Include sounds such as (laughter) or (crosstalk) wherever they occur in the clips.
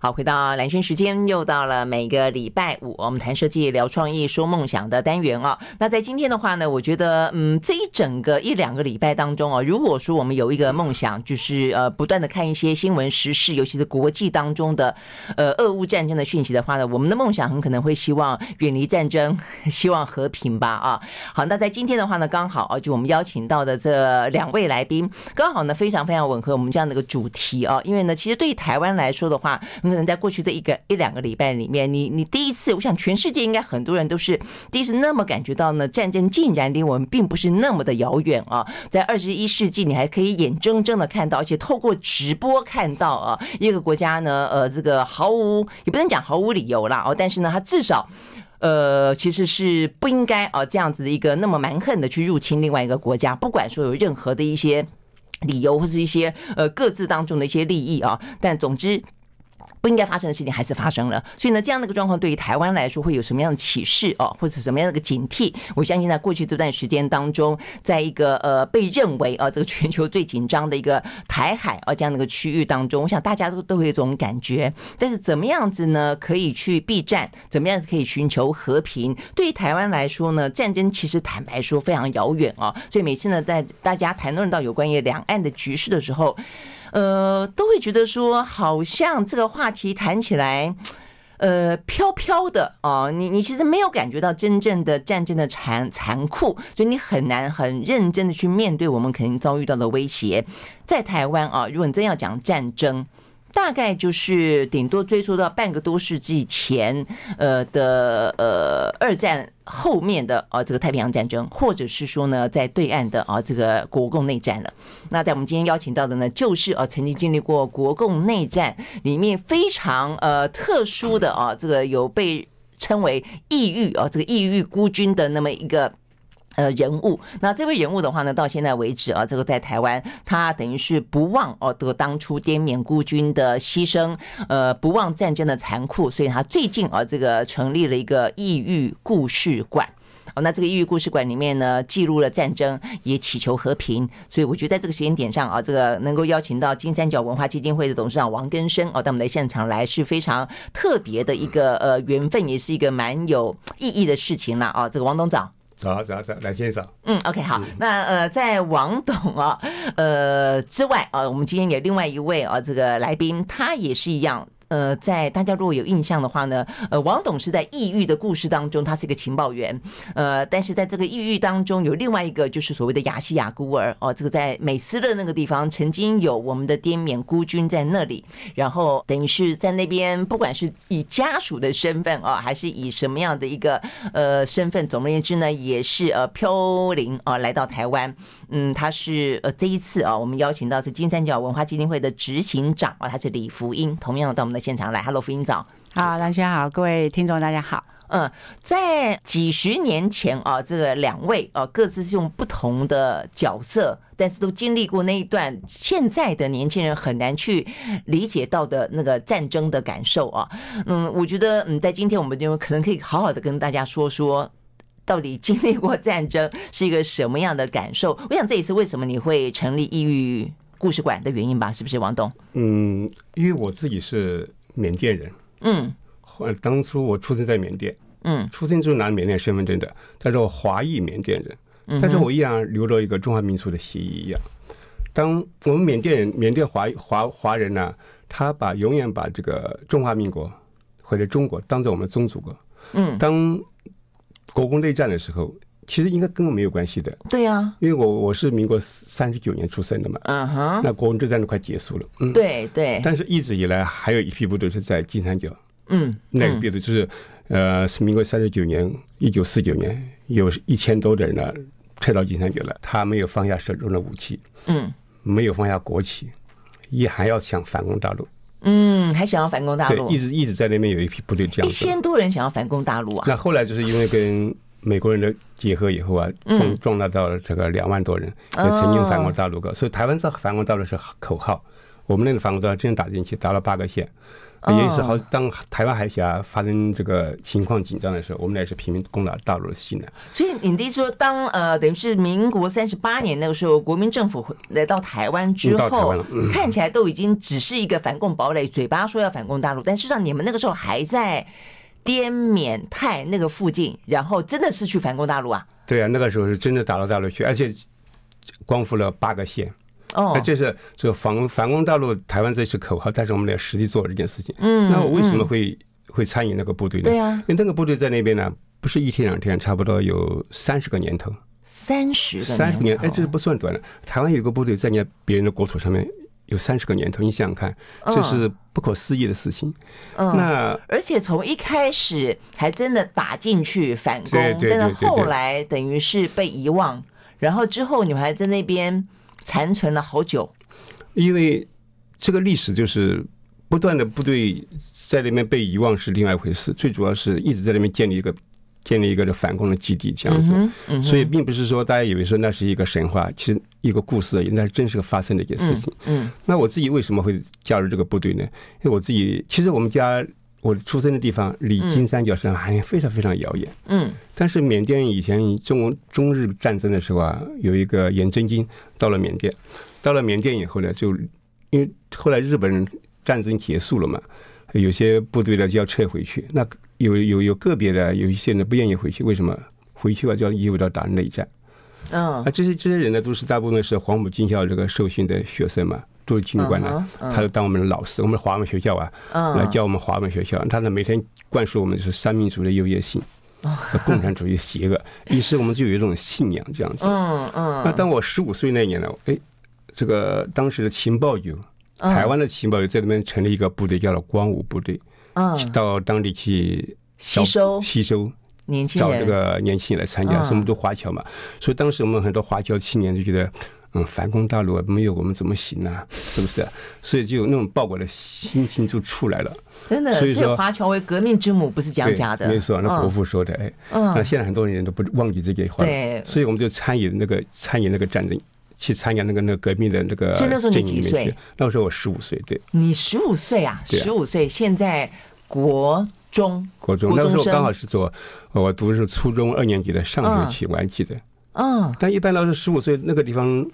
好，回到蓝轩时间，又到了每个礼拜五，我们谈设计、聊创意、说梦想的单元哦。那在今天的话呢，我觉得，嗯，这一整个一两个礼拜当中哦，如果说我们有一个梦想，就是呃，不断的看一些新闻时事，尤其是国际当中的呃俄乌战争的讯息的话呢，我们的梦想很可能会希望远离战争， (laughs) 希望和平吧啊。好，那在今天的话呢，刚好啊，就我们邀请到的这两位来宾，刚好呢非常非常吻合我们这样的一个主题啊，因为呢，其实对于台湾来说的话，你可能在过去这一个一两个礼拜里面，你你第一次，我想全世界应该很多人都是第一次那么感觉到呢，战争竟然离我们并不是那么的遥远啊，在二十一世纪，你还可以眼睁睁的看到，而且透过直播看到啊，一个国家呢，呃，这个毫无也不能讲毫无理由啦哦，但是呢，它至少。呃，其实是不应该啊，这样子的一个那么蛮横的去入侵另外一个国家，不管说有任何的一些理由或是一些呃各自当中的一些利益啊，但总之。不应该发生的事情还是发生了，所以呢，这样的一个状况对于台湾来说会有什么样的启示哦，或者什么样的一个警惕？我相信在过去这段时间当中，在一个呃被认为啊、呃、这个全球最紧张的一个台海啊、呃、这样的一个区域当中，我想大家都都会有一种感觉。但是怎么样子呢，可以去避战？怎么样子可以寻求和平？对于台湾来说呢，战争其实坦白说非常遥远哦，所以每次呢，在大家谈论到有关于两岸的局势的时候。呃，都会觉得说，好像这个话题谈起来，呃，飘飘的啊、你你其实没有感觉到真正的战争的残残酷，所以你很难很认真的去面对我们可能遭遇到的威胁。在台湾啊，如果你真要讲战争，大概就是顶多追溯到半个多世纪前，呃的呃二战后面的啊、呃、这个太平洋战争，或者是说呢在对岸的啊、这个国共内战了。那在我们今天邀请到的呢，就是啊、曾经经历过国共内战里面非常呃特殊的啊、这个有被称为异域啊、这个异域孤军的那么一个。呃，人物，那这位人物的话呢，到现在为止啊，这个在台湾，他等于是不忘哦，这个当初滇缅孤军的牺牲，呃，不忘战争的残酷，所以他最近啊，这个成立了一个异域故事馆。哦，那这个异域故事馆里面呢，记录了战争，也祈求和平。所以我觉得在这个时间点上啊，这个能够邀请到金三角文化基金会的董事长王根生哦，到我们的现场来是非常特别的一个呃缘分，也是一个蛮有意义的事情啦。啊、这个王董长。早早早，蓝先生，嗯，OK，好，那呃，在王董啊，呃之外啊，我们今天有另外一位啊，这个来宾，他也是一样。呃，在大家如果有印象的话呢，呃，王董是在《抑郁的故事》当中，他是一个情报员，呃，但是在这个抑郁当中，有另外一个就是所谓的雅西亚孤儿哦，这个在美斯勒那个地方曾经有我们的滇缅孤军在那里，然后等于是在那边，不管是以家属的身份啊、哦，还是以什么样的一个呃身份，总而言之呢，也是呃飘零啊、哦、来到台湾，嗯，他是呃这一次啊、我们邀请到是金三角文化基金会的执行长啊、他是李福英，同样到我们的现场来，Hello，福英早。好，蓝轩好，各位听众大家好。嗯，在几十年前啊，这个两位啊，各自是用不同的角色，但是都经历过那一段现在的年轻人很难去理解到的那个战争的感受啊。嗯，我觉得嗯，在今天我们就可能可以好好的跟大家说说。到底经历过战争是一个什么样的感受？我想这也是为什么你会成立抑郁故事馆的原因吧？是不是，王董？嗯，因为我自己是缅甸人，嗯后来当初我出生在缅甸，嗯出生就拿缅甸身份证的，但是我华裔缅甸人，嗯但是我依然留着一个中华民族的协议一样。当我们缅甸人、缅甸华华华人呢、他把永远把这个中华民国或者中国当做我们宗主国。嗯，当国共内战的时候，其实应该跟我没有关系的，对呀、因为我我是民国三十九年出生的嘛，嗯哼，那国共内战都快结束了，嗯，对对，但是一直以来还有一批部队是在金三角。嗯，那个嗯比如就是，呃，是民国三十九年，一九四九年，有一千多的人呢撤到金三角了，他没有放下手中的武器，嗯没有放下国旗，也还要想反攻大陆，嗯，还想要反攻大对，陆一，直一直在那边有一批部队这一样子。千多人想要反攻大陆啊，那后来就是因为跟美国人的结合以后啊，嗯壮壮大到了这个两万多人，哦也曾经反攻大陆过，所以台湾这反攻大陆是口号，我们那个反攻大陆真正打进去，打了八个县。哦也是好当台湾海峡发生这个情况紧张的时候，我们也是拼命攻打大陆的西南。所以你的意思说，当呃，等于是民国三十八年那个时候，国民政府回来到台湾之嗯到台后湾了，看起来都已经只是一个反共堡垒，嘴巴说要反共大陆，但事实上你们那个时候还在滇缅泰那个附近，然后真的是去反共大陆啊？对啊，那个时候是真的打到大陆去，而且光复了八个县。哦那，哎这是这个反反攻大陆台湾这是口号，但是我们得实际做这件事情。嗯那我为什么会会参与那个部队呢？对啊因为那个部队在那边呢，不是一天两天，差不多有三十个年头，三十个三十年，哎，头这不算短的。台湾有个部队在人家别人的国土上面有三十个年头，你想想看，这是不可思议的事情。嗯那而且从一开始还真的打进去反攻对，对对但对是对后来等于是被遗忘，然后之后你们还在那边残存了好久。因为这个历史就是不断的部队在那边被遗忘是另外一回事，最主要是一直在那边建立一个建立一个反攻的基地这样嗯子。哼，嗯哼所以并不是说大家以为说那是一个神话，其实一个故事而已，那是真实发生的一件事情。嗯那我自己为什么会加入这个部队呢？因为我自己其实我们家我出生的地方离金三角是还非常非常遥远。嗯但是缅甸以前中中日战争的时候啊，有一个颜真卿到了缅甸，到了缅甸以后呢，就因为后来日本人战争结束了嘛，有些部队呢就要撤回去，那有有有个别的有一些人不愿意回去，为什么？回去啊就要意味着打内战。嗯啊，，这些这些人呢，都是大部分是黄埔军校这个受训的学生嘛，都是军官呢、嗯哼他就当我们的老师，我们华文学校啊，嗯来教我们华文学校，他呢每天灌输我们就是三民主义的优越性，哦和共产主义的邪 (laughs) 恶，于是我们就有一种信仰这样子。嗯嗯，那当我十五岁那年呢，哎，这个当时的情报局，嗯台湾的情报局在那边成立一个部队，叫做光武部队，去嗯到当地去吸收吸收年轻找人这个年轻人来参加，嗯所以我们都华侨嘛，所以当时我们很多华侨青年就觉得，嗯，反攻大陆啊没有我们怎么 (laughs) 行啊，是不是啊、所以就有那种报国的心情就出来了。真的，所所以以说华侨为革命之母不是这样对，讲的，没错，那国嗯父说的，哎，那嗯现在很多人都不忘记这句话，对所以我们就参与那个参与那个战争。去参加那个那个革命的那个所以那时候你阵营里几面岁去？那时候我十五岁，对，你十五岁啊，对啊十五岁，现在国中国中。国那中时候生刚好是做呃我读的是初中二年级的上嗯学期，我还记得。嗯但一般来说，十五岁那个地方，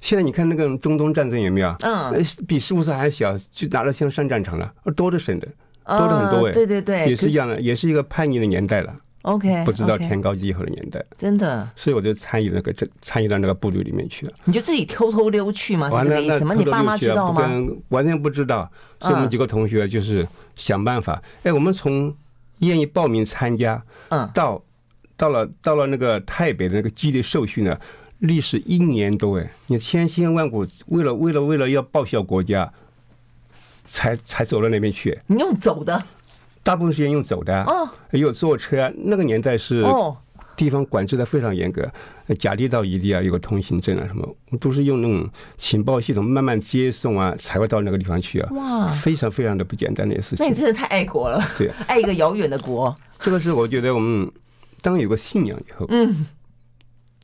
现在你看那个中东战争有没有？嗯呃，比十五岁还小，就拿了像上战场了，多的省的，嗯多了很多哎对对对，也是一可样的，也是一个叛逆的年代了， OK，不知道 OK，天高地厚的年代，真的，所以我就参与那个这参与到那个部队里面去了。你就自己偷偷溜去吗？完啊是这了，个意那思吗？你偷偷爸妈溜去知啊道不吗？嗯跟完全不知道，所以我们几个同学就是想办法。哎，我们从愿意报名参加嗯，到到了到了那个台北的那个基地受训呢，历时一年多哎，你千辛万苦为了为了为了要报效国家，才才走到那边去，你用走的大部分时间用走的，哦也有坐车。啊那个年代是哦，地方管制的非常严格，呃甲地到乙地啊有个通行证啊什么，都是用那种情报系统慢慢接送啊，才会到那个地方去啊。哇，非常非常的不简单的一件嗯事那你情。真的太爱国了，对， (laughs) 爱一个遥远的国，这个是我觉得我们当有个信仰以后，嗯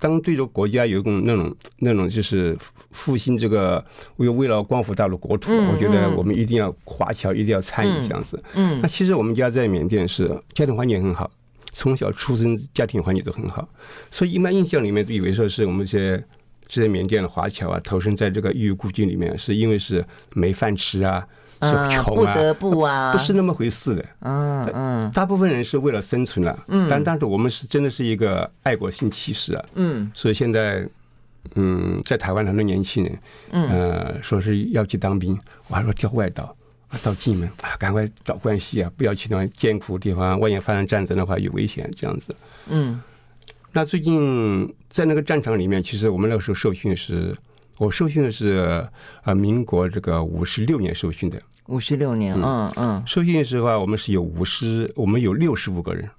当对着国家有一种那种那种就是复复兴这个为为了光复大陆国土啊，嗯我觉得嗯我们一定要华侨一定要参嗯与这样子。嗯那其实我们家在缅甸是家庭环境很好，从小出生家庭环境都很好，所以一般印象里面都以为说是我们这些这些缅甸的华侨啊，投身在这个异域孤军里面，是因为是没饭吃啊，是嗯，不穷啊，得不啊， (laughs) 不是那么回事的。嗯嗯大部分人是为了生存了，嗯，但但是我们是真的是一个爱国性气势啊，嗯所以现在，嗯，在台湾很多年轻人，嗯呃，说是要去当兵，我还说叫外岛啊，到金门啊，赶快找关系啊，不要去那种艰苦地方，万一发生战争的话有危险这样子。嗯那最近在那个战场里面，其实我们那个时候受训是，我受训的是呃民国这个五十六年受训的，五十六年，嗯嗯，受训的时候啊，我们是有五十，我们有六十五个人。嗯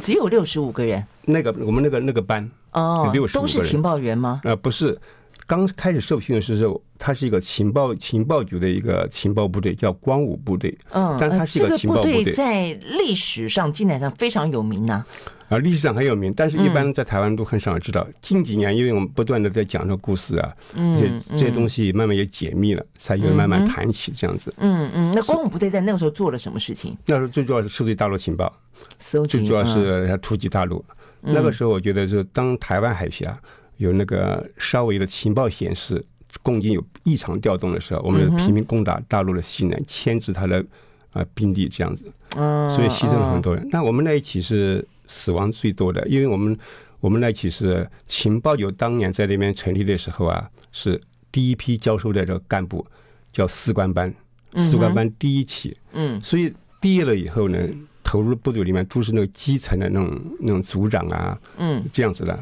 只有六十五个人那个我们那个那个班，哦65，都是个人情报员吗？呃，不是，刚开始受训的时候，它是一个情报情报局的一个情报部队，叫光武部队。嗯，但它呃是一个这情报部队在历史上、近代上非常有名呐、啊、啊，历史上很有名，但是一嗯般在台湾都很少人知道。近几年，因为我们不断的在讲这个故事啊，这些嗯，这些东西，西慢慢也解密了，才有人慢慢谈起这样子。嗯嗯。那光武部队在那个时候做了什么事情？那时候最主要是收集大陆情报，搜集，最主要嗯是突击大陆。那个时候，我觉得是当台湾海峡有那个稍微的情报显示共军有异常调动的时候，我们嗯就哼拼命攻打大陆的西南，牵制他的啊、呃兵力这样子。嗯，所以牺牲了很多。多人。那我们那一起是死亡最多的，因为我们我们那一起是情报局当年在那边成立的时候啊，是第一批教授的这个干部叫士官班，嗯哼士官班第一期，嗯所以毕业了以后呢，投入部队里面都是那个基层的那种那种组长啊嗯这样子的。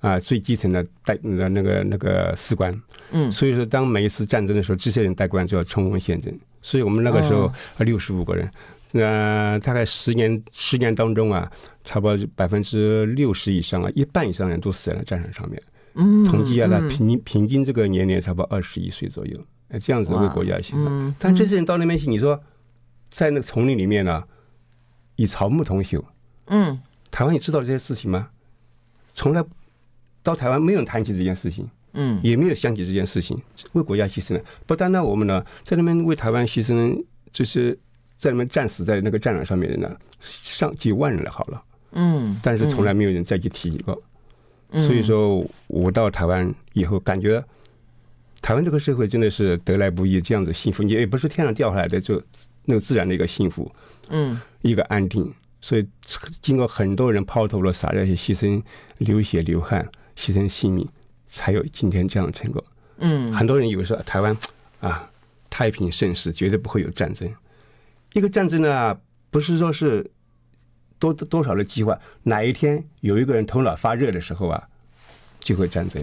啊，最基层的带那那个那个士官，嗯，所以说当每一次战争的时候，这些人带官就要冲锋陷阵。所以我们那个时候哦六十五个人，呃，大概十年十年当中啊，差不多百分之六十以上啊，一半以上人都死在了战场上面。嗯统计下啊来，嗯平均平均这个年龄差不多二十一岁左右，哎，这样子为国家牺牲。嗯，但这些人到那边去，你说在那个丛林里面呢、啊以草木同朽，嗯台湾你知道这些事情吗？从来到台湾没有人谈起这件事情。嗯也没有想起这件事情，为国家牺牲了。不单单我们呢，在那边为台湾牺牲，就是在那边战死在那个战场上面的人呢，上几万人了，好了，嗯，但是从来没有人再去提过。嗯，所以嗯，说我到台湾以后，感觉台湾这个社会真的是得来不易，这样子幸福，你也不是天上掉下来的，就那个自然的一个幸福，嗯一个安定。所以经过很多人抛头颅、洒热血、牺牲、流血、流汗、牺牲性命，才有今天这样的成果。嗯，很多人以为说台湾啊太平盛世，绝对不会有战争。一个战争呢，不是说是多多少的计划，哪一天有一个人头脑发热的时候啊，就会战争。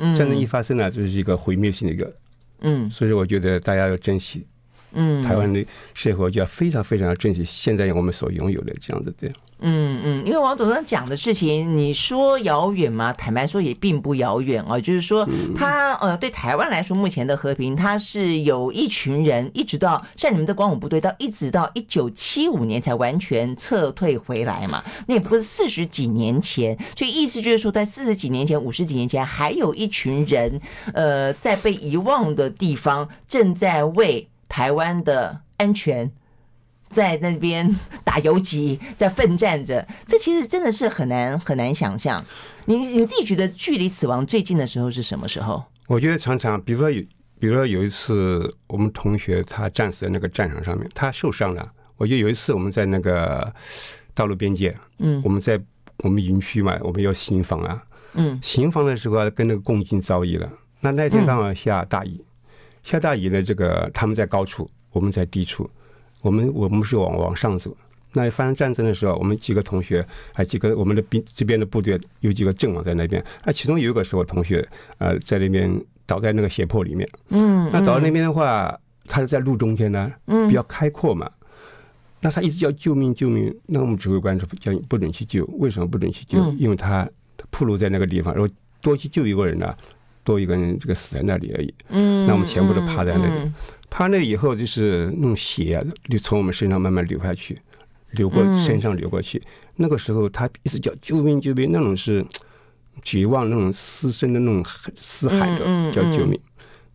嗯战争一发生呢，就是一个毁灭性的一个。嗯所以说，我觉得大家要珍惜嗯台湾的社会，就要非常非常要珍惜现在我们所拥有的这样子的。嗯嗯，因为王董事长讲的事情，你说遥远吗？坦白说也并不遥远啊，就是说他呃，对台湾来说，目前的和平，他是有一群人一直到像你们的光武部队，到一直到一九七五年才完全撤退回来嘛，那也不是四十几年前，所以意思就是说，在四十几年前、五十几年前，还有一群人呃，在被遗忘的地方，正在为台湾的安全。在那边打游击，在奋战着，这其实真的是很难很难想象。你你自己觉得距离死亡最近的时候是什么时候？我觉得常常，比如说有，比如说有一次，我们同学他战死在那个战场上面，他受伤了。我记得有一次我们在那个道路边界，嗯我们在我们营区嘛，我们要行房啊，嗯行房的时候啊，跟那个共军遭遇了。那那天刚好下大雨，下大雨呢，这个他们在高处，我们在低处，我们我们是往往上走。那发生战争的时候，我们几个同学，还几个我们的兵这边的部队有几个阵亡在那边，啊，其中有一个是我同学，呃，在那边倒在那个斜坡里面。嗯，那倒在那边的话，他是在路中间呢，嗯比较开阔嘛。那他一直叫救命救命，那我们指挥官说不叫你不准去救，为什么不准去救嗯？因为他暴露在那个地方，然后多去救一个人呢，多一个人这个死在那里而已。嗯，那我们全部都趴在那里嗯趴那以后就是那种血啊，就从我们身上慢慢流下去，流过嗯身上流过去。那个时候他一直叫救命救命，那种是绝望那种嘶声的那种喊嘶喊着嗯嗯叫救命。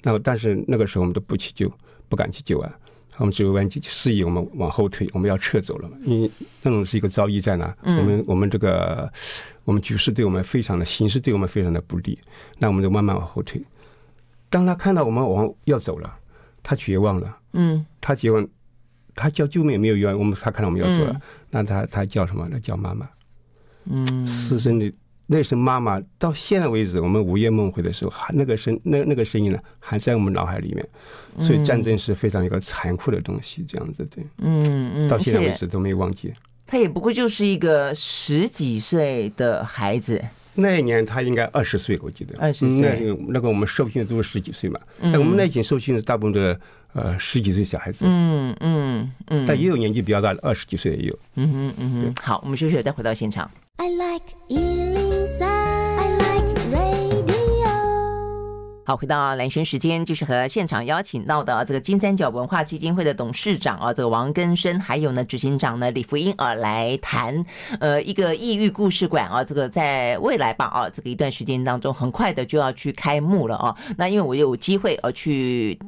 那么但是那个时候我们都不去救，不敢去救啊。我们指挥官就示意我们往后退，我们要撤走了嘛，因为那种是一个遭遇战啊。嗯我们我们这个我们局势对我们非常的形势对我们非常的不利，那我们就慢慢往后退。当他看到我们往要走了，他绝望了，嗯他绝望，他叫救命也没有用，我们他看到我们要走了，嗯那他他叫什么？那叫妈妈，嗯私生的那声妈妈，到现在为止，我们午夜梦回的时候，还那个声那那个声音呢，还在我们脑海里面。所以战争是非常一个残酷的东西，这样子对，嗯嗯，到而现在为且止都没有忘记。他也不过就是一个十几岁的孩子，那一年他应该二十岁，我记得20岁嗯嗯那个那个我们受训的都是十几岁嘛，那我们那一群受训的大部分都是呃十几岁小孩子，嗯嗯嗯，但也有年纪比较大的二十几岁的也有。嗯哼嗯哼，好，我们休息了再回到现场。 I like Ealing Sound. I like radio. 好，回到啊蓝轩时间，就是和现场邀请到的这个金三角文化基金会的董事长啊，这个王根生，还有呢执行长呢李福英啊来谈，呃，一个异域故事馆啊，这个在未来吧啊，这个一段时间当中，很快的就要去开幕了啊。那因为我有机会呃、啊、去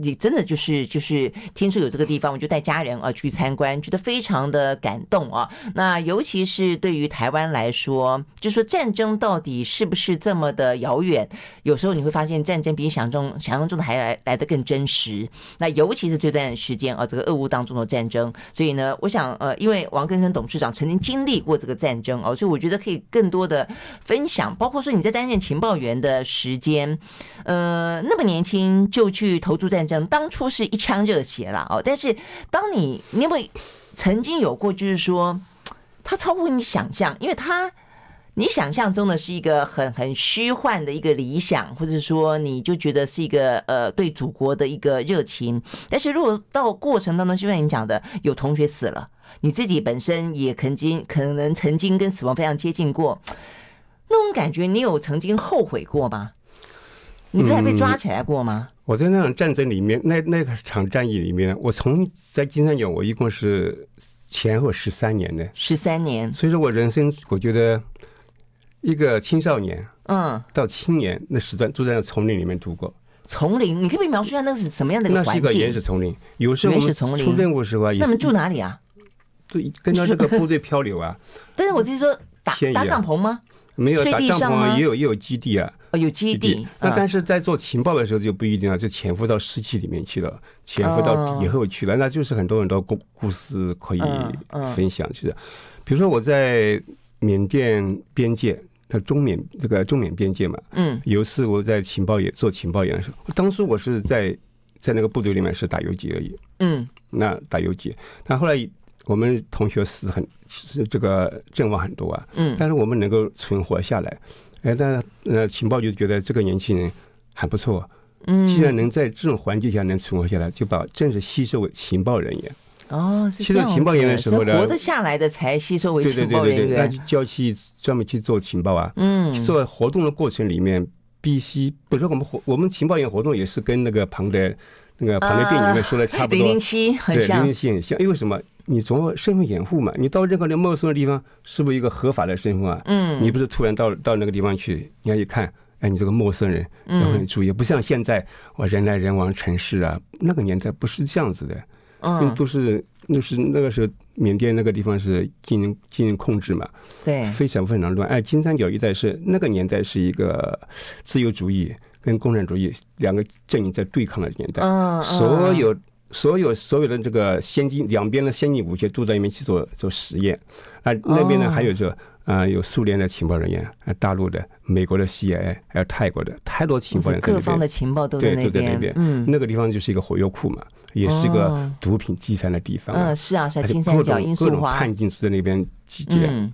你真的就是就是听说有这个地方，我就带家人啊去参观，觉得非常的感动啊。那尤其是对于台湾来说，就说战争到底是不是这么的遥远？有时候你会发现战争比你想象中想象中的还来来的更真实。那尤其是这段时间啊，这个俄乌当中的战争，哦所以呢，我想呃，因为王根生董事长曾经经历过这个战争哦、所以我觉得可以更多的分享，包括说你在担任情报员的时间，呃，那么年轻就去投注战争，当初是一腔热血啦哦。但是，当你你有没有曾经有过，就是说，它超乎你想象，因为它你想象中的是一个很很虚幻的一个理想，或者说你就觉得是一个呃对祖国的一个热情。但是如果到过程当中，就像你讲的，有同学死了，你自己本身也曾经可能曾经跟死亡非常接近过，那种感觉，你有曾经后悔过吗？你不是还被抓起来过吗？我在那场战争里面，那那个场战役里面，我从在金三角，我一共是前后十三年的，十三年，所以说我人生我觉得一个青少年嗯，到青年那时段都在那丛林里面度过，丛林，你可不可以描述一下那是什么样的一那个是一环个原境始？丛林。有时候我原们始丛林出任务时候啊，也那你是们住哪里啊？对跟着 (laughs) 这个部队漂流啊，但是我就是说打迁移啊搭帐篷吗？没有飞打地帐上篷啊，吗也有也有基地啊，哦，有基地，那但嗯是在做情报的时候就不一定了，就潜伏到尸体里面去了，潜伏哦到底后去了，那就是很多很多故故事可以嗯嗯分享。就是，比如说我在缅甸边界，它中缅这个中缅边界嘛，嗯有一次我在情报员做情报员的时候，当时我是在在那个部队里面是打游击而已，嗯那打游击，那后来我们同学死很是这个阵亡很多啊，嗯，但是我们能够存活下来，哎，但呃，情报局觉得这个年轻人还不错，嗯既然能在这种环境下能存活下来，就把正式吸收为情报人员。哦，是其实这样情报员的子时候是呢活得下来的才吸收为对对情报对人对对，那员就。就要去专门去做情报啊。嗯，做活动的过程里面，必须，比如说我们活我们情报员活动也是跟那个庞德那个庞德电影里面说的差不零多， (laughs) 零七很对，零像零，七很像，因为什么？你总要身份掩护嘛，你到任何的陌生的地方，是不是一个合法的身份啊？嗯，你不是突然到到那个地方去，你要一看，哎，你这个陌生人，嗯然后你注意，不像现在我人来人往城市啊，那个年代不是这样子的，因为嗯，都是那是那个时候缅甸那个地方是禁人禁人控制嘛，对，非常非常乱。哎，金三角一带是那个年代是一个自由主义跟共产主义两个阵营在对抗的年代，嗯，嗯所有所有所有的这个先进两边的先进武器都在里面去做做实验，啊，那边哦呢还有这啊、呃有苏联的情报人员，啊，大陆的、美国的 CIA，还有泰国的，太多情报人员在各那方的边。情报都对那都在那边边，嗯那个地方就是一个火药库嘛，也是一个哦毒品集散的地方啊、嗯，是啊，是啊而且金三各角、种罂各粟种花，叛军是在那边集结。嗯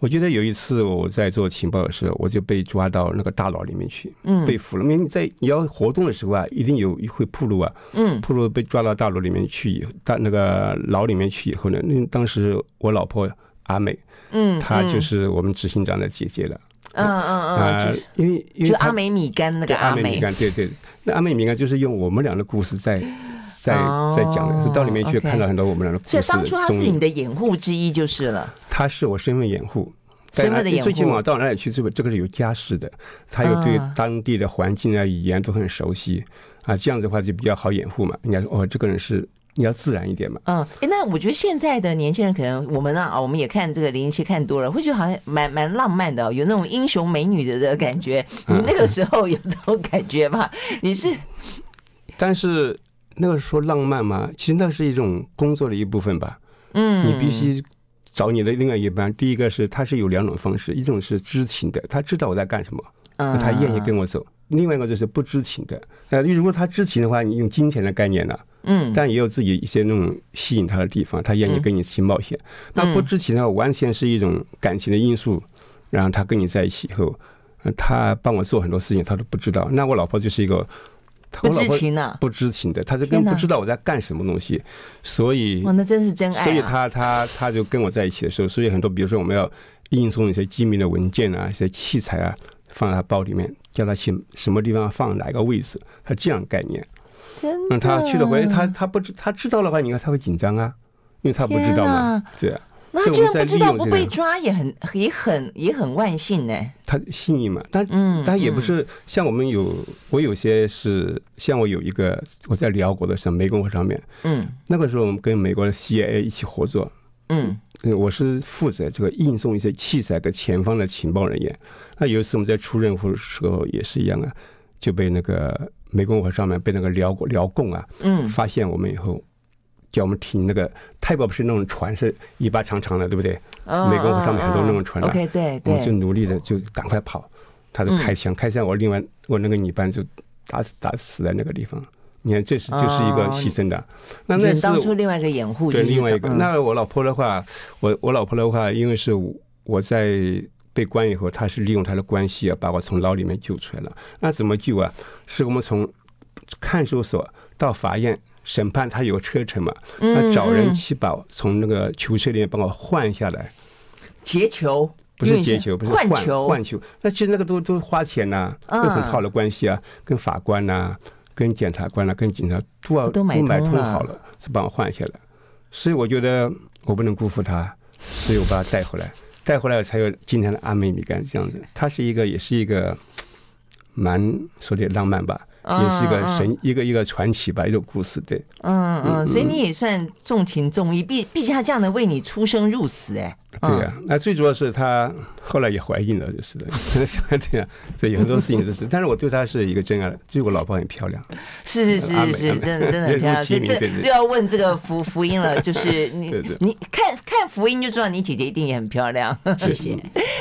我记得有一次我在做情报的时候，我就被抓到那个大牢里面去，嗯被俘了。因为你在你要活动的时候啊，一定有会铺路啊，嗯铺路被抓到大陆里面去以后，大那个牢里面去以后呢，那当时我老婆阿美，嗯，她就嗯是我们执行长的姐姐了嗯嗯嗯，啊、就是因为因为就她阿美米干那对个阿阿美美敏，感，对对，那阿美敏感就是用我们俩的故事在在哦在讲的，就到里面去 OK 看到很多我们俩的故所事以当初他的是踪你影。的掩护之一就是了。她是我身份掩护。身份但的掩护最起码到哪里去，这个这个是有家室的，她又对啊当地的环境啊、语言都很熟悉啊，这样子的话就比较好掩护嘛。人家说哦，这个人是你要自然一点嘛。嗯，诶那我觉得现在的年轻人可能我们呢啊，我们也看这个零零七看多了，会觉得好像蛮蛮浪漫的哦，有那种英雄美女的的感觉。你嗯那个时候有这种感觉吗？你是但是那个说浪漫嘛，其实那是一种工作的一部分吧。嗯，你必须找你的另外一半，第一个是他是有两种方式，一种是知情的，他知道我在干什么，嗯，那他愿意跟我走；另外一个就是不知情的。那如果他知情的话，你用金钱的概念呢、嗯但也有自己一些那种吸引他的地方，他愿意跟你去冒嗯险。那不知情的话，完全是一种感情的因素，然后他跟你在一起以后。呃他帮我做很多事情，他都不知道。那我老婆就是一个，不我老知婆情呢。不知情的，他就天根哪本不知道我在干什么东西，所以哇，那真是真爱、啊。嗯所以他他他就跟我在一起的时候，所以很多比如说我们要运送一些机密的文件啊，一些器材啊，放在他包里面，叫他去什么地方放哪个位置，他这样概念。真的。那他嗯去了回，他他不知他知道的话，你看他会紧张啊，因为他不知道嘛，对啊，那所以他居然不知我们在利道用不这被个抓也很也很也很万幸呢、他信义嘛，但嗯，但也不嗯是像我们有，我有些是像我有一个我在辽国的时候，湄公河上面，嗯那个时候我们跟美国的 CIA 一起合作，嗯嗯，我是负责这个运送一些器材给前方的情报人员。那有一次我们在出任务的时候也是一样啊，就被那个湄公河上面被那个辽国辽共啊嗯，发现我们以后。叫我们停那个泰国不是那种船是尾巴长长的，对不对？美国上面很多那种船啊哦 OK，对我们就对，嗯努力的就赶快跑，他就开枪，开枪我另外我那个女伴就打死打死在那个地方。你看，这是这是一个哦牺牲的。那那忍次当初另外一个掩护就是对，另外一个，嗯那我老婆的话，我我老婆的话，因为是我在被关以后，她是利用她的关系啊，把我从牢里面救出来了。那怎么救啊？是我们从看守所到法院审判，他有车程嘛，那嗯找人嗯去把我从那个囚车里面把我换下来，劫囚，不是运劫送囚，不是换换囚，换囚。那其实那个都都花钱呐、嗯都很好的关系啊，跟法官呐、跟检察官呐、跟警察都要都买买通通了好了，是帮我换下来。所以我觉得我不能辜负他，所以我把他带回来，带回来才有今天的阿美米干这样子。他是一个，也是一个蛮说点浪漫吧，也是一个嗯神，一个一个传奇吧，一个故事。对，嗯嗯，所以你也算重情重义，毕毕竟他这样的为你出生入死、哎，对啊嗯呀、那最主要是她后来也怀孕了，就是 (laughs) 的，对呀、所以有很多事情就是，但是我对她是一个真爱，就是我老婆很漂亮，是是阿是是，美阿美真的真的 (laughs) 很人漂亮。所如其以名这对对就要问这个福福音了，就是你 (laughs) 对对你看看福音就知道你姐姐一定也很漂亮。 (laughs) 谢谢。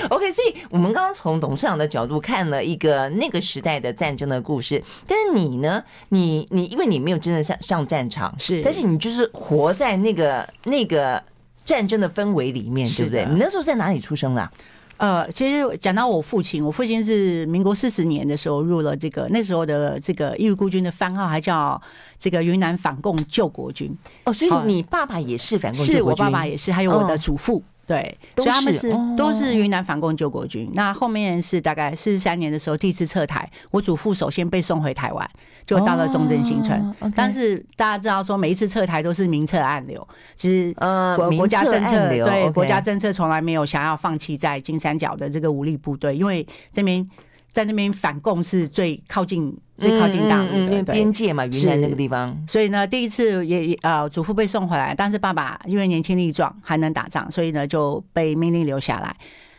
OK，所以我们刚刚从董事长的角度看了一个那个时代的战争的故事，但是你呢？你你因为你没有真的上上战场，是但是你就是活在那个那个战争的氛围里面，对是不的对？你那时候在哪里出生的啊？呃，其实讲到我父亲，我父亲是民国四十年的时候入了这个那时候的这个义务孤军的番号，还叫这个云南反共救国军，哦，所以好你爸爸也是反共是救国我军爸爸也是，还有我的嗯祖父。对，都所以他们是是、哦都是云南反共救国军。那后面是大概四十三年的时候，第一次撤台，我祖父首先被送回台湾，就到了中正新村。哦，OK 但是大家知道说，每一次撤台都是明撤暗留，其实呃国明国家澈政策暗流对 OK 国家政策从来没有想要放弃在金三角的这个武力部队，因为这边在那边反共是最靠近最靠近大陆嗯嗯嗯因为的对边。界嘛，云南那个地方。所以呢，第一次也也呃，祖父被送回来，但是爸爸因为年轻力壮，还能打仗，所以呢就被命令留下来。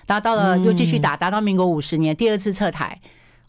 然后到了又继续嗯打，打到民国五十年，第二次撤台，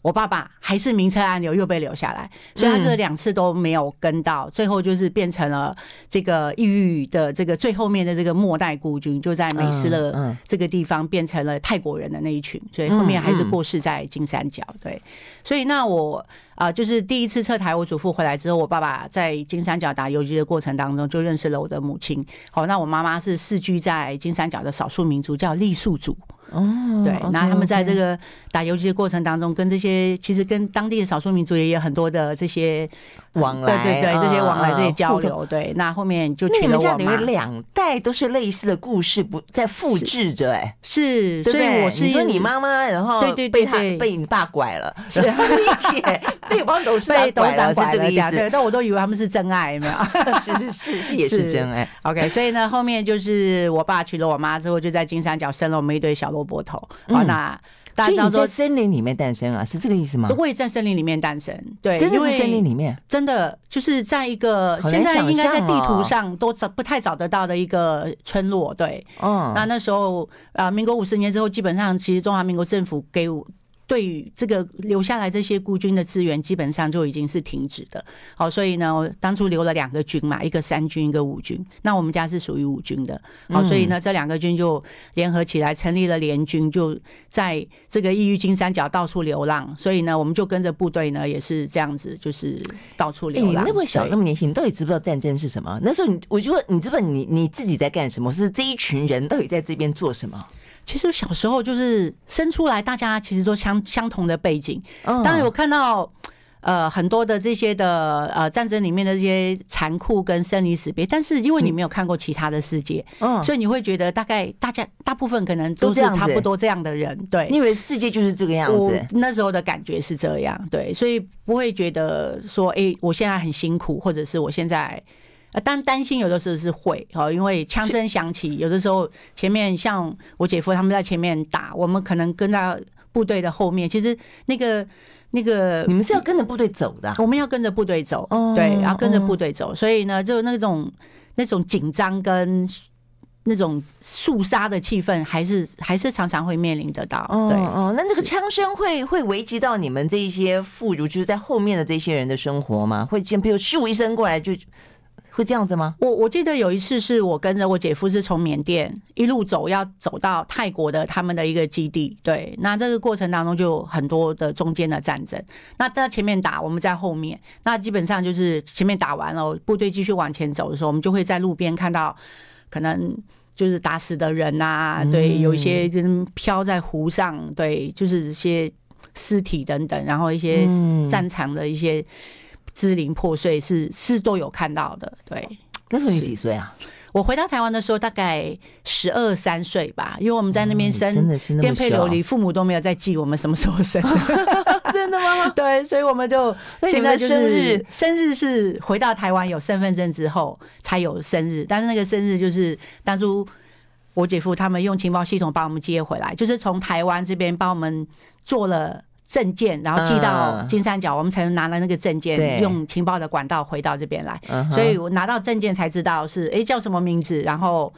我爸爸还是明车暗流又被留下来，所嗯以他这两次都没有跟到，最后就是变成了这个抑郁的这个最后面的这个末代孤军，就在美斯嗯嗯勒这个地方变成了泰国人的那一群，所以后面还嗯是过世在金三角。对，所以那我啊、呃就是第一次撤台，我祖父回来之后，我爸爸在金三角打游击的过程当中，就认识了我的母亲。好，那我妈妈是世居在金三角的少数民族，叫傈僳族。哦对，然后他们在个这个打游击的过程当中，跟这些其实跟当地的少数民族也有很多的这些呃往来，对对对，这些往来嗯这些嗯交。嗯互动流。对，那后面就那你娶了们我家等于妈。两代都是类似的故事，不在复制着哎、是，对所不以对我是你说你妈妈，然后对对被对他对被你爸拐了， (laughs) 然后你姐被帮董事被长董事了，长拐是这个了意这样，思？对，但我都以为他们是真爱，(laughs) 有没有？是是是是也是哎是真爱。 OK，所以呢，后面就是我爸娶了我妈之后，就在金三角生了我们一堆小萝卜头。嗯好，那大所以家知你道在说，森林里面诞生啊，是这个意思吗？我也在森林里面诞生，对，真的因为是森林里面，真的就是在一个好难现在应该在想象地哦图上都找不太找得到的一个村落，对。嗯，那那时候啊、呃民国五十年之后，基本上其实中华民国政府给我。对于这个留下来这些孤军的资源，基本上就已经是停止的。好，所以呢，我当初留了两个军嘛，一个三军，一个五军。那我们家是属于五军的，嗯好，所以呢，这两个军就联合起来成立了联军，就在这个异域金三角到处流浪。所以呢，我们就跟着部队呢，也是这样子，就是到处哎流你浪。那么小，对那么年轻，你到底知不知道战争是什么？那时候你，我就问你知不知道你你自己在干什么？是这一群人到底在这边做什么？其实小时候就是生出来，大家其实都相相同的背景。嗯当然有看到。呃很多的这些的呃战争里面的这些残酷跟生离死别，但是因为你没有看过其他的世界，嗯，所以你会觉得大概大家大部分可能都都这是样子差不多这样的人，对你。以为世界就是这个样我子？那时候的感觉是这样，对，所以不会觉得说，哎、我现在很辛苦，或者是我现在，呃，但担心有的时候是会哦，因为枪声响起，有的时候前面像我姐夫他们在前面打，我们可能跟在部队的后面，其实那个那个你们是要跟着部队走的啊、我们要跟着部队走，哦对，要跟着哦部队走，所以呢，就那种那种紧张跟那种肃杀的气氛，还是还是常常会面临得到，哦对。哦，那这个是枪声会会危及到你们这一些妇孺，就是在后面的这些人的生活吗？会见，比如咻一声过来就会这样子吗？我我记得有一次是我跟着我姐夫是从缅甸一路走，要走到泰国的他们的一个基地。对，那这个过程当中就有很多的中间的战争。那在前面打，我们在后面。那基本上就是前面打完了，部队继续往前走的时候，我们就会在路边看到可能。就是打死的人呐、嗯对，有一些人飘在湖上，对，就是一些尸体等等，然后一些嗯战场的一些支离破碎是是都有看到的，对。那时候你是几岁啊？我回到台湾的时候大概十二三岁吧，因为我们在那边嗯真生的是那颠么沛小流离，，父母都没有在记我们什么时候生。 (laughs) 真的 (laughs) 吗？对，所以我们就那你现们在的就是生日生日是回到台湾有身份证之后才有生日，但是那个生日就是当初我姐夫他们用情报系统把我们接回来，就是从台湾这边帮我们做了。证件，然后寄到嗯金三角，我们才能拿了那个证对件，用情报的管道回到这边来。嗯哼所以我拿到证件才知道是诶叫什么名字，然后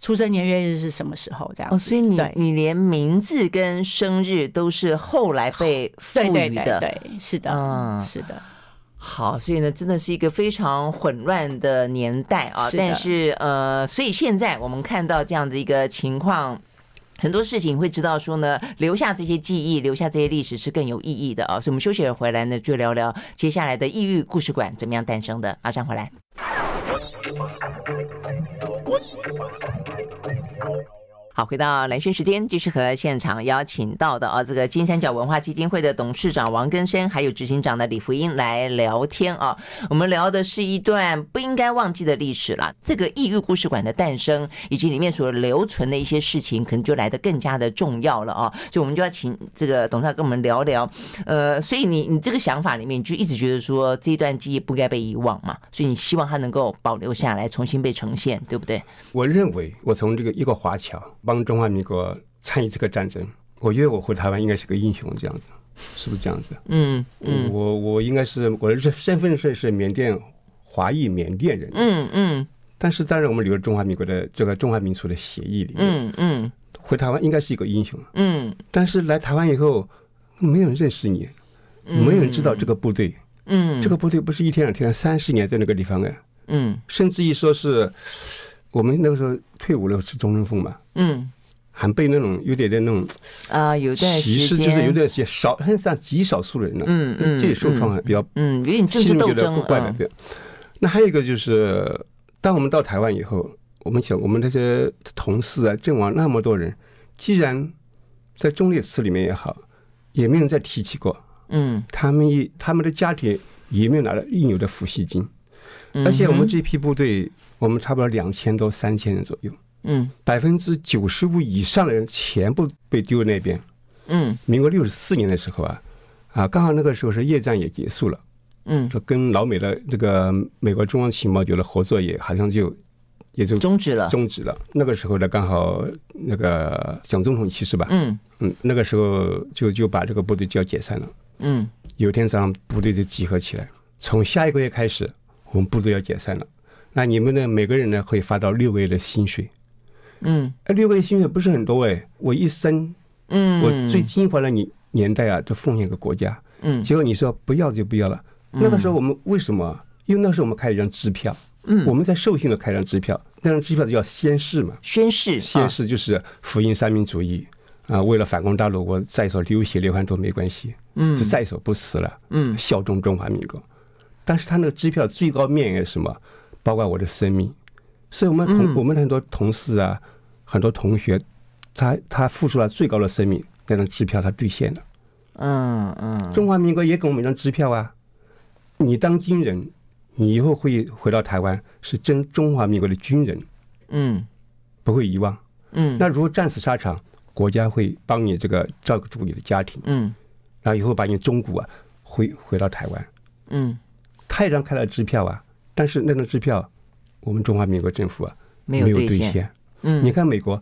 出生年月日是什么时候这样哦，子。所以你对你连名字跟生日都是后来被赋对对予对的，对，是的，嗯是的，好，所以呢，真的是一个非常混乱的年代啊。是的但是呃，所以现在我们看到这样的一个情况。很多事情会知道说呢，留下这些记忆，留下这些历史是更有意义的啊。所以我们休息了回来呢，就聊聊接下来的异域故事馆怎么样诞生的。马上回来。好，回到蓝轩时间，继续和现场邀请到的啊，这个金三角文化基金会的董事长王根生，还有执行长的李福英来聊天啊。我们聊的是一段不应该忘记的历史啦。这个异域故事馆的诞生，以及里面所留存的一些事情，可能就来得更加的重要了啊。所以我们就要请这个董事长跟我们聊聊。呃，所以你你这个想法里面，你就一直觉得说这一段记忆不该被遗忘嘛，所以你希望它能够保留下来，重新被呈现，对不对？我认为我从这个一个华侨帮中华民国参与这个战争，我觉得我回台湾应该是个英雄，这样子，是不是这样子？嗯嗯我我应该是我的身身份是是缅甸华裔缅甸人，嗯嗯但是当然我们留了中华民国的这个中华民族的协议里面，嗯嗯回台湾应该是一个英雄，嗯，但是来台湾以后，没有人认识你，没有人知道这个部队，嗯这个部队不是一天两天，三十年在那个地方哎，嗯甚至于说是我们那个时候退伍了是钟仁凤嘛，嗯还被那种有点点那种啊，有段歧视，时就是有间，点些少，很少极少数人呢，嗯嗯这也受创啊害比较嗯，有点政心治里斗觉得争怪怪的，嗯对。那还有一个就是，当我们到台湾以后，我们想，我们那些同事啊、阵亡那么多人，既然在忠烈祠里面也好，也没有人再提起过，嗯，他们也他们的家庭也没有拿到应有的抚恤金，嗯而且我们这批部队，我们差不多两千多、三千人左右，嗯百分之九十五以上的人全部被丢那边。嗯民国六十四年的时候啊，啊，刚好那个时候是越战也结束了。嗯这跟老美的这个美国中央情报局的合作也好像就也就嗯，终止了，终止了。那个时候呢，刚好那个蒋总统去世吧，嗯嗯，那个时候就就把这个部队就要解散了。嗯有一天早上部队就集合起来，从下一个月开始，我们部队要解散了。那你们呢，每个人呢会发到六个月的薪水，嗯哎，六个月薪水不是很多哎，我一生嗯，我最精华的年年代啊，都奉献给国家。嗯结果你说不要就不要了。那个时候我们为什么？因为那时候我们开了一张支票，嗯我们在受训的开了一张支票，那张支票叫先试嘛，宣誓，先啊试就是福音三民主义啊、为了反攻大陆，我在所流血流汗都没关系，嗯就在所不辞了，嗯效忠中华民国。但是他那个支票最高面额是什么？包括我的生命，所以我们嗯同、我们的很多同事啊，很多同学，他他付出了最高的生命，那张支票他兑现了。嗯嗯中华民国也给我们一张支票啊，你当军人，你以后会回到台湾是真中华民国的军人，嗯不会遗忘。嗯那如果战死沙场，国家会帮你这个照顾住你的家庭，嗯然后以后把你中骨啊回回到台湾。嗯，他也张开了支票啊，但是那张支票，我们中华民国政府啊没有有兑兑现，嗯，你看美国，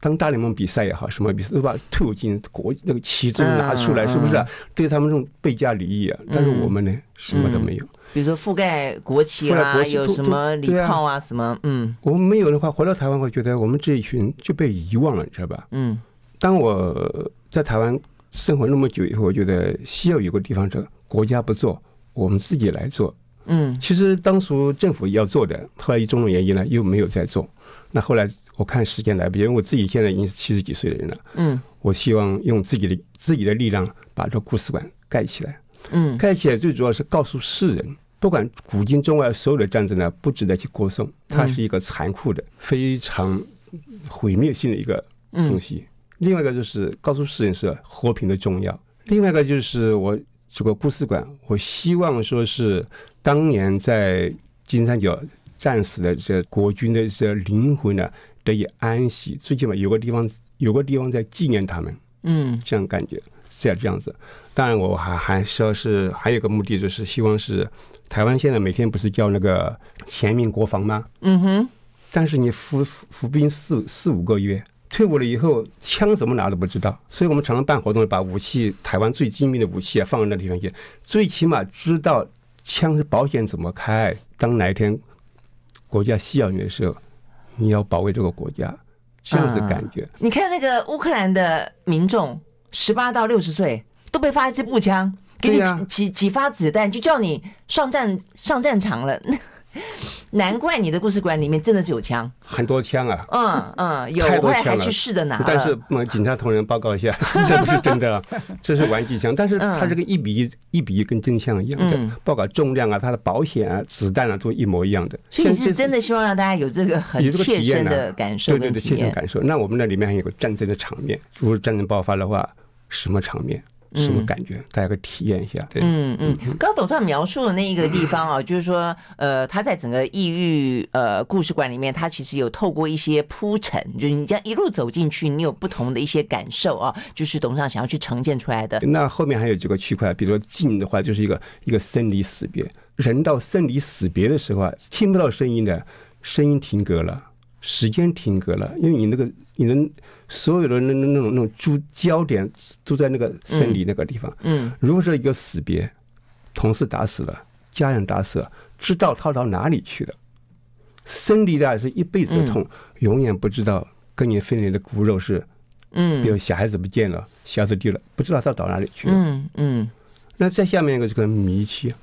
当大联盟比赛也好，什么比赛都把退伍军人国那个旗帜嗯拿出来，是不是啊、对他们这种倍加礼义啊？但是我们呢，什么都没有。比如说覆盖国旗覆盖啦，国旗有都什都么礼对啊炮啊，什么，嗯我们没有的话，回到台湾会觉得我们这一群就被遗忘了，你知道吧？嗯当我在台湾生活那么久以后，我觉得需要有个地方，这国家不做，我们自己来做。嗯其实当初政府要做的，后来种种原因呢，又没有再做。那后来我看时间来不及，因为我自己现在已经是七十几岁的人了，嗯我希望用自己的自己的力量把这故事馆盖起来。嗯盖起来最主要是告诉世人，不管古今中外所有的战争呢，不值得去歌颂，它是一个残酷的、非常毁灭性的一个东嗯西。另外一个就是告诉世人是和平的重要。另外一个就是我这个故事馆，我希望说是当年在金三角战死的这国军的这灵魂呢得以安息，最起码有个地方有个地方在纪念他们，嗯这样感觉是啊要这样子。当然，我还还说是还有一个目的，就是希望是台湾现在每天不是叫那个全民国防吗？嗯哼，但是你服服服兵四四五个月，退伍了以后枪怎么拿都不知道，所以我们常常办活动，把武器台湾最精密的武器啊放在那地方去，最起码知道枪是保险怎么开。当哪一天国家需要你的时候，你要保卫这个国家，这样子感觉。你看那个乌克兰的民众，十八到六十岁都被发一支步枪，给你对呀几几几发子弹，就叫你上战上战场了。 (laughs) 难怪你的故事馆里面真的是有枪，很多枪啊，嗯嗯，有，太我多后来枪还了去试着拿了，但是嗯，警察同仁报告一下， (laughs) 这不是真 (laughs) 的，啊，这是玩具枪，但是它这个一比一、一比一跟真枪一样嗯的，包括重量啊、它的保险啊、子弹啊都一模一样的。所以你像这是次真的希望让大家有这个很有这个切体验身呢的感受对对跟对，体切身验，感受。那我们那里面还有个战争的场面，如果战争爆发的话，什么场面，什么嗯感觉，大家可以体验一下。对，嗯嗯，刚董事长描述的那一个地方 (clears throat) 啊，就是说，呃，他在整个异域呃故事馆里面，他其实有透过一些铺陈，就是你这样一路走进去，你有不同的一些感受啊，就是董事长想要去呈现出来的。那后面还有几个区块，比如说近的话，就是一个一个生离死别。人到生离死别的时候啊，听不到声音的，声音停格了，时间停格了，因为你那个你的所有的那那那种那种注焦点都在那个生离那个地方。嗯如果是一个死别，同事打死了，家人打死了，知道他到哪里去了，生离的是一辈子的嗯痛，永远不知道跟你分离的骨肉是，比嗯如小孩子不见了，小孩子丢了，不知道他到哪里去了。嗯嗯那再下面一个这个迷期，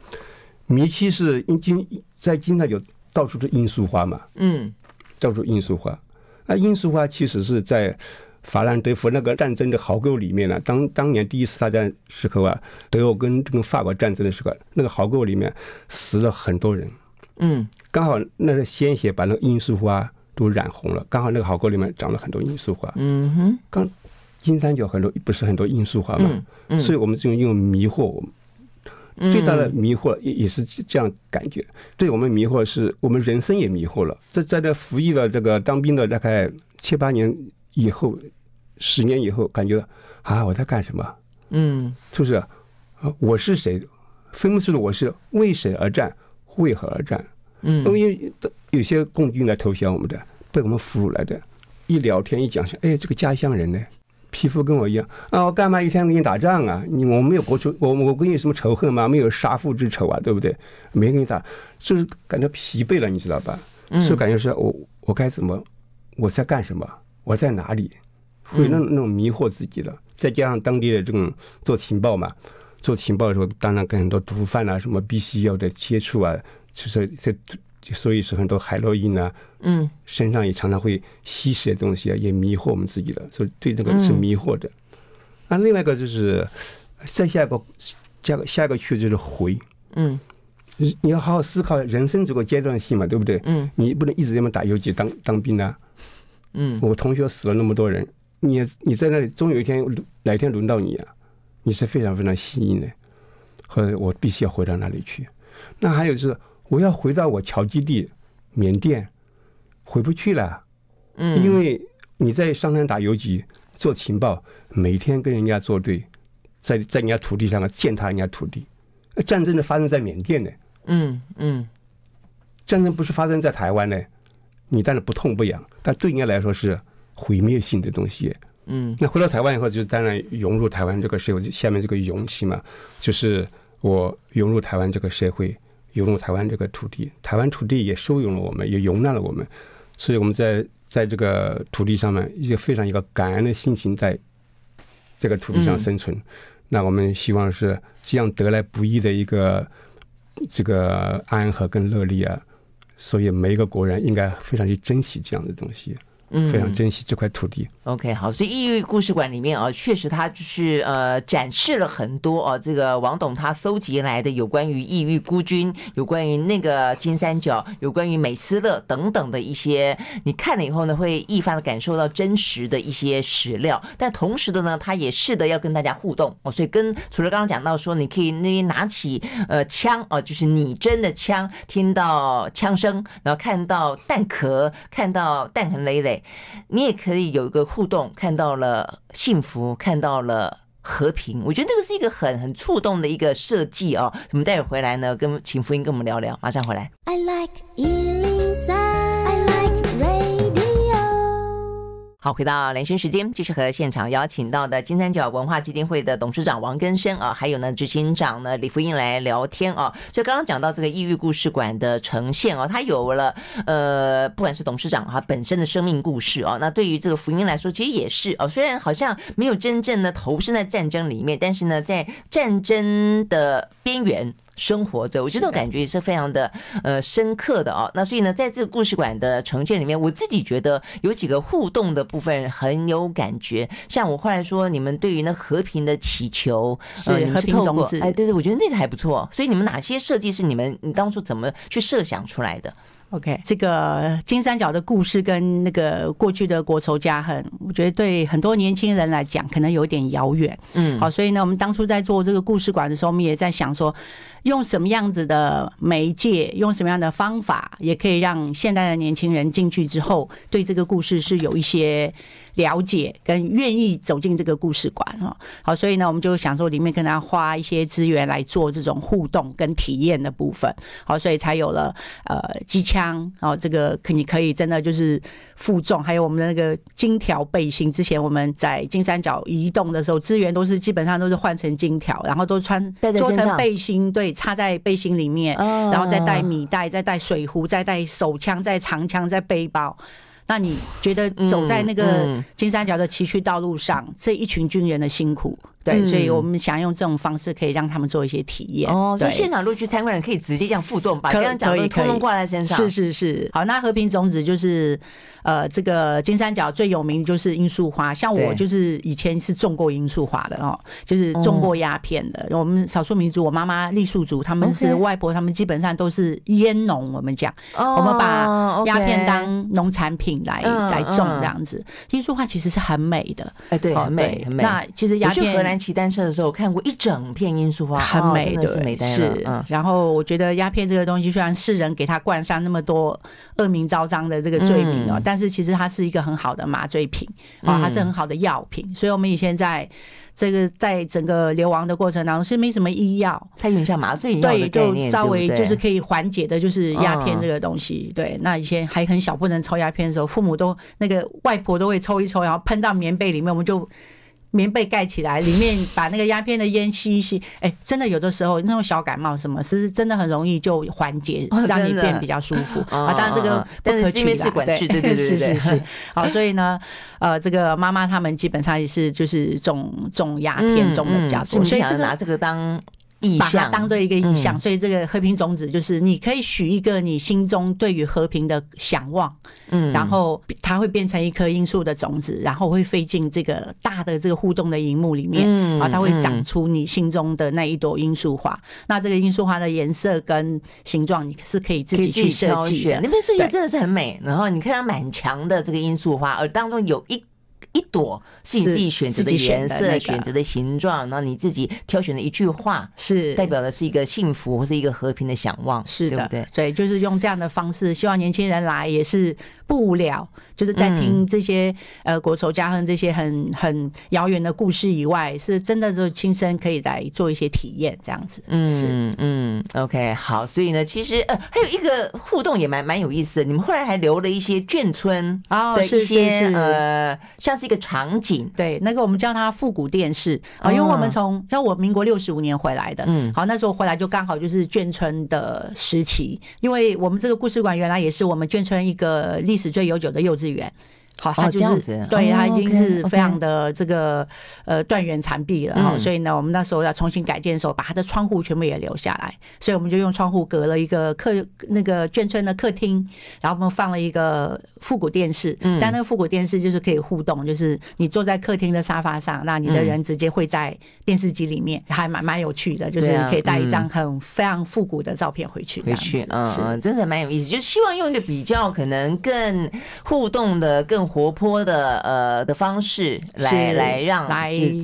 迷期是因今在今代有到处是罂粟花嘛，嗯到处罂粟花。那罂粟花其实是在法兰德福那个战争的壕沟里面呢、当当年第一次大战时候啊，德国跟跟法国战争的时候啊，那个壕沟里面死了很多人，嗯刚好那个鲜血把那个罂粟花都染红了，刚好那个壕沟里面长了很多罂粟花。嗯哼刚金三角很多不是很多罂粟花嘛嗯，嗯，所以我们就用迷惑我们。以最大的迷惑也也是这样感觉，对我们迷惑是我们人生也迷惑了。这在这服役了这个当兵的大概七八年以后，十年以后，感觉啊我在干什么？嗯就是啊我是谁，分不清楚我是为谁而战，为何而战。嗯因为有些共军来投降我们的，被我们俘虏来的，一聊天一讲说，哎，这个家乡人呢，皮肤跟我一样啊，我干嘛一天跟你打仗啊？你我没有国仇，我我跟你有什么仇恨吗？没有杀父之仇啊，对不对？没跟你打，就是感觉疲惫了，你知道吧？嗯所以感觉是我我该怎么，我在干什么，我在哪里，会嗯那种那种迷惑自己的。再加上当地的这种做情报嘛，做情报的时候，当然跟很多毒贩啊、什么必须要的接触啊，就是这这，所以是很多海洛因啊，嗯身上也常常会吸食的东西啊，也迷惑我们自己的，所以对那个是嗯迷惑的。那、另外一个就是再下一个下个下一个区就是回，嗯你你要好好思考人生这个阶段性嘛，对不对？嗯你不能一直这么打游击当当兵啊！嗯我同学死了那么多人，你你在那里，终有一天哪天轮到你啊！你是非常非常幸运的。和我必须要回到那里去。那还有就是，我要回到我侨基地缅甸，回不去了，嗯，因为你在上山打游击做情报，每天跟人家作对，在在人家土地上啊践踏人家土地。呃战争的发生在缅甸呢，嗯嗯战争不是发生在台湾呢，你当然不痛不痒，但对人家来说是毁灭性的东西。嗯那回到台湾以后，就当然融入台湾这个社会，下面这个勇气嘛，就是我融入台湾这个社会，融入台湾这个土地，台湾土地也收容了我们，也容纳了我们，所以我们在在这个土地上面，一个非常一个感恩的心情，在这个土地上生存。那我们希望是这样得来不易的一个这个安和跟乐利啊，所以每一个国人应该非常去珍惜这样的东西，嗯，非常珍惜这块土地。 OK，好，所以异域故事馆里面啊，确实它就是呃展示了很多哦、这个王董他搜集来的有关于异域孤军、有关于那个金三角、有关于美斯乐等等的一些，你看了以后呢，会一发的感受到真实的一些史料，但同时的呢，他也试着要跟大家互动哦，所以跟除了刚刚讲到说，你可以那边拿起呃枪哦，就是拟真的枪，听到枪声，然后看到弹壳，看到弹痕累累，你也可以有一个互动，看到了幸福，看到了。和平，我觉得那个是一个很很触动的一个设计哦。我们待会儿回来呢，跟秦福音跟我们聊聊，马上回来。 I like Ealing Sound. I like radio. 好，回到连线时间，继续和现场邀请到的金三角文化基金会的董事长王根生啊，还有呢执行长呢李福英来聊天啊。所以刚刚讲到这个异域故事馆的呈现啊，它有了呃，不管是董事长他本身的生命故事啊，那对于这个福音来说，其实也是哦、虽然好像没有真正的投身在战争里面，但是呢，在战争的边缘。生活着，我觉得那种感觉也是非常的呃深刻的哦。那所以呢，在这个故事馆的呈现里面，我自己觉得有几个互动的部分很有感觉。像我后来说，你们对于那和平的祈求，嗯是呃你们和平透种过子哎，对对，我觉得那个还不错。所以你们哪些设计是你们你当初怎么去设想出来的？ OK，这个金三角的故事跟那个过去的国仇家恨，我觉得对很多年轻人来讲，可能有点遥远。嗯，好，所以呢，我们当初在做这个故事馆的时候，我们也在想说，用什么样子的媒介，用什么样的方法，也可以让现代的年轻人进去之后，对这个故事是有一些了解，跟愿意走进这个故事馆哈。好，所以呢，我们就想说，里面跟他花一些资源来做这种互动跟体验的部分。好，所以才有了呃机枪哦，这个可你可以真的就是负重，还有我们的那个金条背心。之前我们在金三角移动的时候，资源都是基本上都是换成金条，然后都穿戴在做身上成背心，对，插在背心里面，然然后再带米袋，再带水壶，再带手枪，再长枪，再背包。那你觉得走在那嗯个嗯金三角的崎岖道路上，这一群军人的辛苦，对，嗯所以我们想用这种方式可以让他们做一些体验。哦，所以对现场陆续参观的人可以直接这样负重，把可刚刚讲可的以通通可以挂在身上。是是是，好，那和平种子就是，呃，这个金三角最有名就是罂粟花，像我对就是以前是种过罂粟花的哦，就是种过鸦片的。我们少数民族，我妈妈傈僳族，他们是 OK 外婆，他们基本上都是烟农，我们讲，哦，我们把 OK 鸦片当农产品来嗯来种嗯这样子。罂粟花其实是很美的，哎，对，哦很美很美。那其实我鸦去片荷兰骑单车的时候，我看过一整片罂粟花，很哦美真的是美呆了。是嗯。然后我觉得鸦片这个东西，虽然世人给它冠上那么多恶名昭彰的这个罪名哦，嗯但是其实它是一个很好的麻醉品啊、哦它是很好的药品。所以我们以前在这个在整个流亡的过程当中是没什么医药。它有点像麻醉药的对，概就念，稍微对不就对是可以缓解的，就是鸦片嗯这个东西。对，那以前还很小，不能抽鸦片的时候，父母都那个外婆都会抽一抽，然后喷到棉被里面，我们就棉被盖起来，里面把那个鸦片的烟吸一吸。哎，真的有的时候那种小感冒什么，是真的很容易就缓解哦，让你真的变比较舒服嗯啊。当然这嗯个嗯不但是可是因为取啦是管制对对对 (laughs) 是对是 (laughs) 是。好，所以呢，呃，这个妈妈他们基本上也是就是种种鸦片种的比较嗯嗯是多，不是所以想这要个拿这个当意把它象，当做一个意嗯向，所以这个和平种子就是你可以许一个你心中对于和平的想望，嗯然后它会变成一颗罂粟的种子，然后会飞进这个大的这个互动的荧幕里面。嗯啊，它会长嗯出你心中的那一朵罂粟花。那这个罂粟花的颜色跟形状，你是可以自可以己去设挑计选的那。边设计对真的是很美。然后你看它满墙的这个罂粟花，而当中有一一朵是你是自己选择自的己选颜的色、那个选择的形状，然后你自己挑选的一句话，是代表的是一个幸福或是一个和平的向往，是对的，不对？以就是用这样的方式，希望年轻人来也是不无聊，就是在嗯听这些、呃国仇家恨这些很很遥远的故事以外，是真的就是亲身可以来做一些体验，这样子。是嗯嗯，OK，好，所以呢，其实呃，还有一个互动也蛮蛮有意思的，你们后来还留了一些眷村哦的是一是些、是呃，像是一个场景，对，那个我们叫它复古电视啊、因为我们哦从像我民国六十五年回来的，嗯嗯，好，那时候回来就刚好就是眷村的时期，因为我们这个故事馆原来也是我们眷村一个历史最悠久的幼稚园。好，它哦就这样是、子对，哦它已经 OK，是非 OK 常的这个呃断垣残壁了哈、嗯所以呢，我们那时候要重新改建的时候，把它的窗户全部也留下来，所以我们就用窗户隔了一个客那个眷村的客厅，然后我们放了一个复古电视，嗯但那个复古电视就是可以互动，就是你坐在客厅的沙发上，那你嗯的人直接会在电视机里面，还蛮蛮有趣的，就是对啊可以带一张很非常复古的照片回去，这回样子去，嗯是。嗯，真的蛮有意思，就是希望用一个比较可能更互动的、更活泼的呃的方式来是来让来是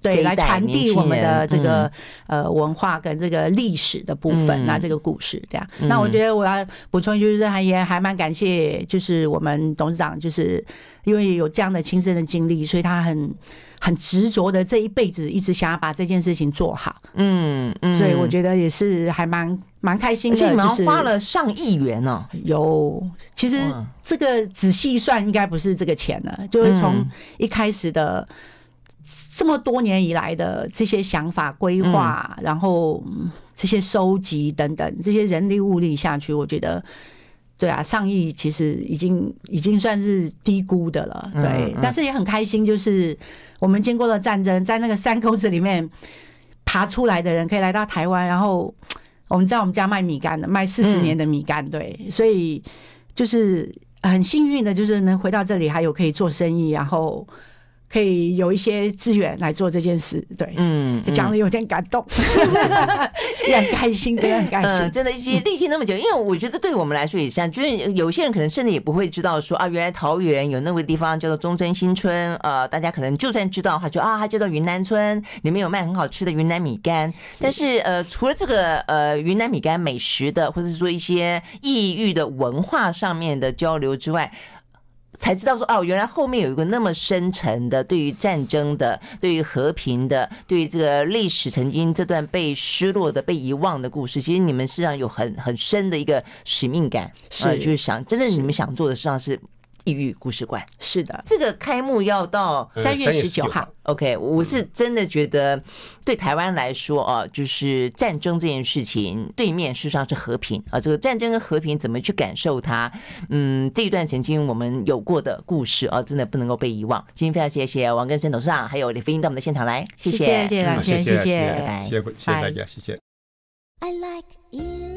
这对，一来代传年递轻我们的人这个嗯、呃文化跟这个历史的部分，嗯那这个故事这样。那我觉得我要补充一句，就是还也还蛮感谢，就是我们董事长，就是因为有这样的亲身的经历，所以他很很执着的这一辈子一直想要把这件事情做好，嗯嗯，所以我觉得也是还蛮蛮开心而的，且你们就好是像花了上亿元哦，有，其实哇这个仔细算应该不是这个钱了，就是从嗯一开始的这么多年以来的这些想法、规划，然后嗯这些收集等等，这些人力物力下去，我觉得。对啊，上亿其实已经已经算是低估的了，嗯对，嗯但是也很开心，就是我们经过了战争，在那个山沟子里面爬出来的人，可以来到台湾，然后哦我们在我们家卖米干的，卖四十嗯年的米干，对，所以就是很幸运的，就是能回到这里，还有可以做生意，然后可以有一些资源来做这件事。对，嗯，嗯讲的有点感 (laughs) 动，也很开心，真的很开嗯，心。真的，一些历经那么久，因为我觉得对我们来说也像，就是有些人可能甚至也不会知道说啊，原来桃园有那个地方叫做忠贞新村，呃，大家可能就算知道的话，就啊，它叫做云南村，里面有卖很好吃的云南米干，但是呃，除了这个呃云南米干美食的，或者是说一些异域的文化上面的交流之外，才知道说哦，原来后面有一个那么深沉的对于战争的、对于和平的、对于这个历史曾经这段被失落的、被遗忘的故事，其实你们实际上有很很深的一个使命感，是呃就是想真的你们想做的实际上是异域故事馆。是的，这个开幕要到呃3月3 19 19 OK，我嗯是真的觉得，对台湾来说啊，就是战争这件事情，对面事实上是和平啊。这个战争跟和平怎么去感受它？嗯，这一段曾经我们有过的故事啊，真的不能够被遗忘。今天非常谢谢王根生董事长，还有李飞英到我们的现场来，谢嗯谢谢谢好蓝嗯谢轩，谢谢谢。拜谢谢谢谢大家，谢谢。 I like Ealing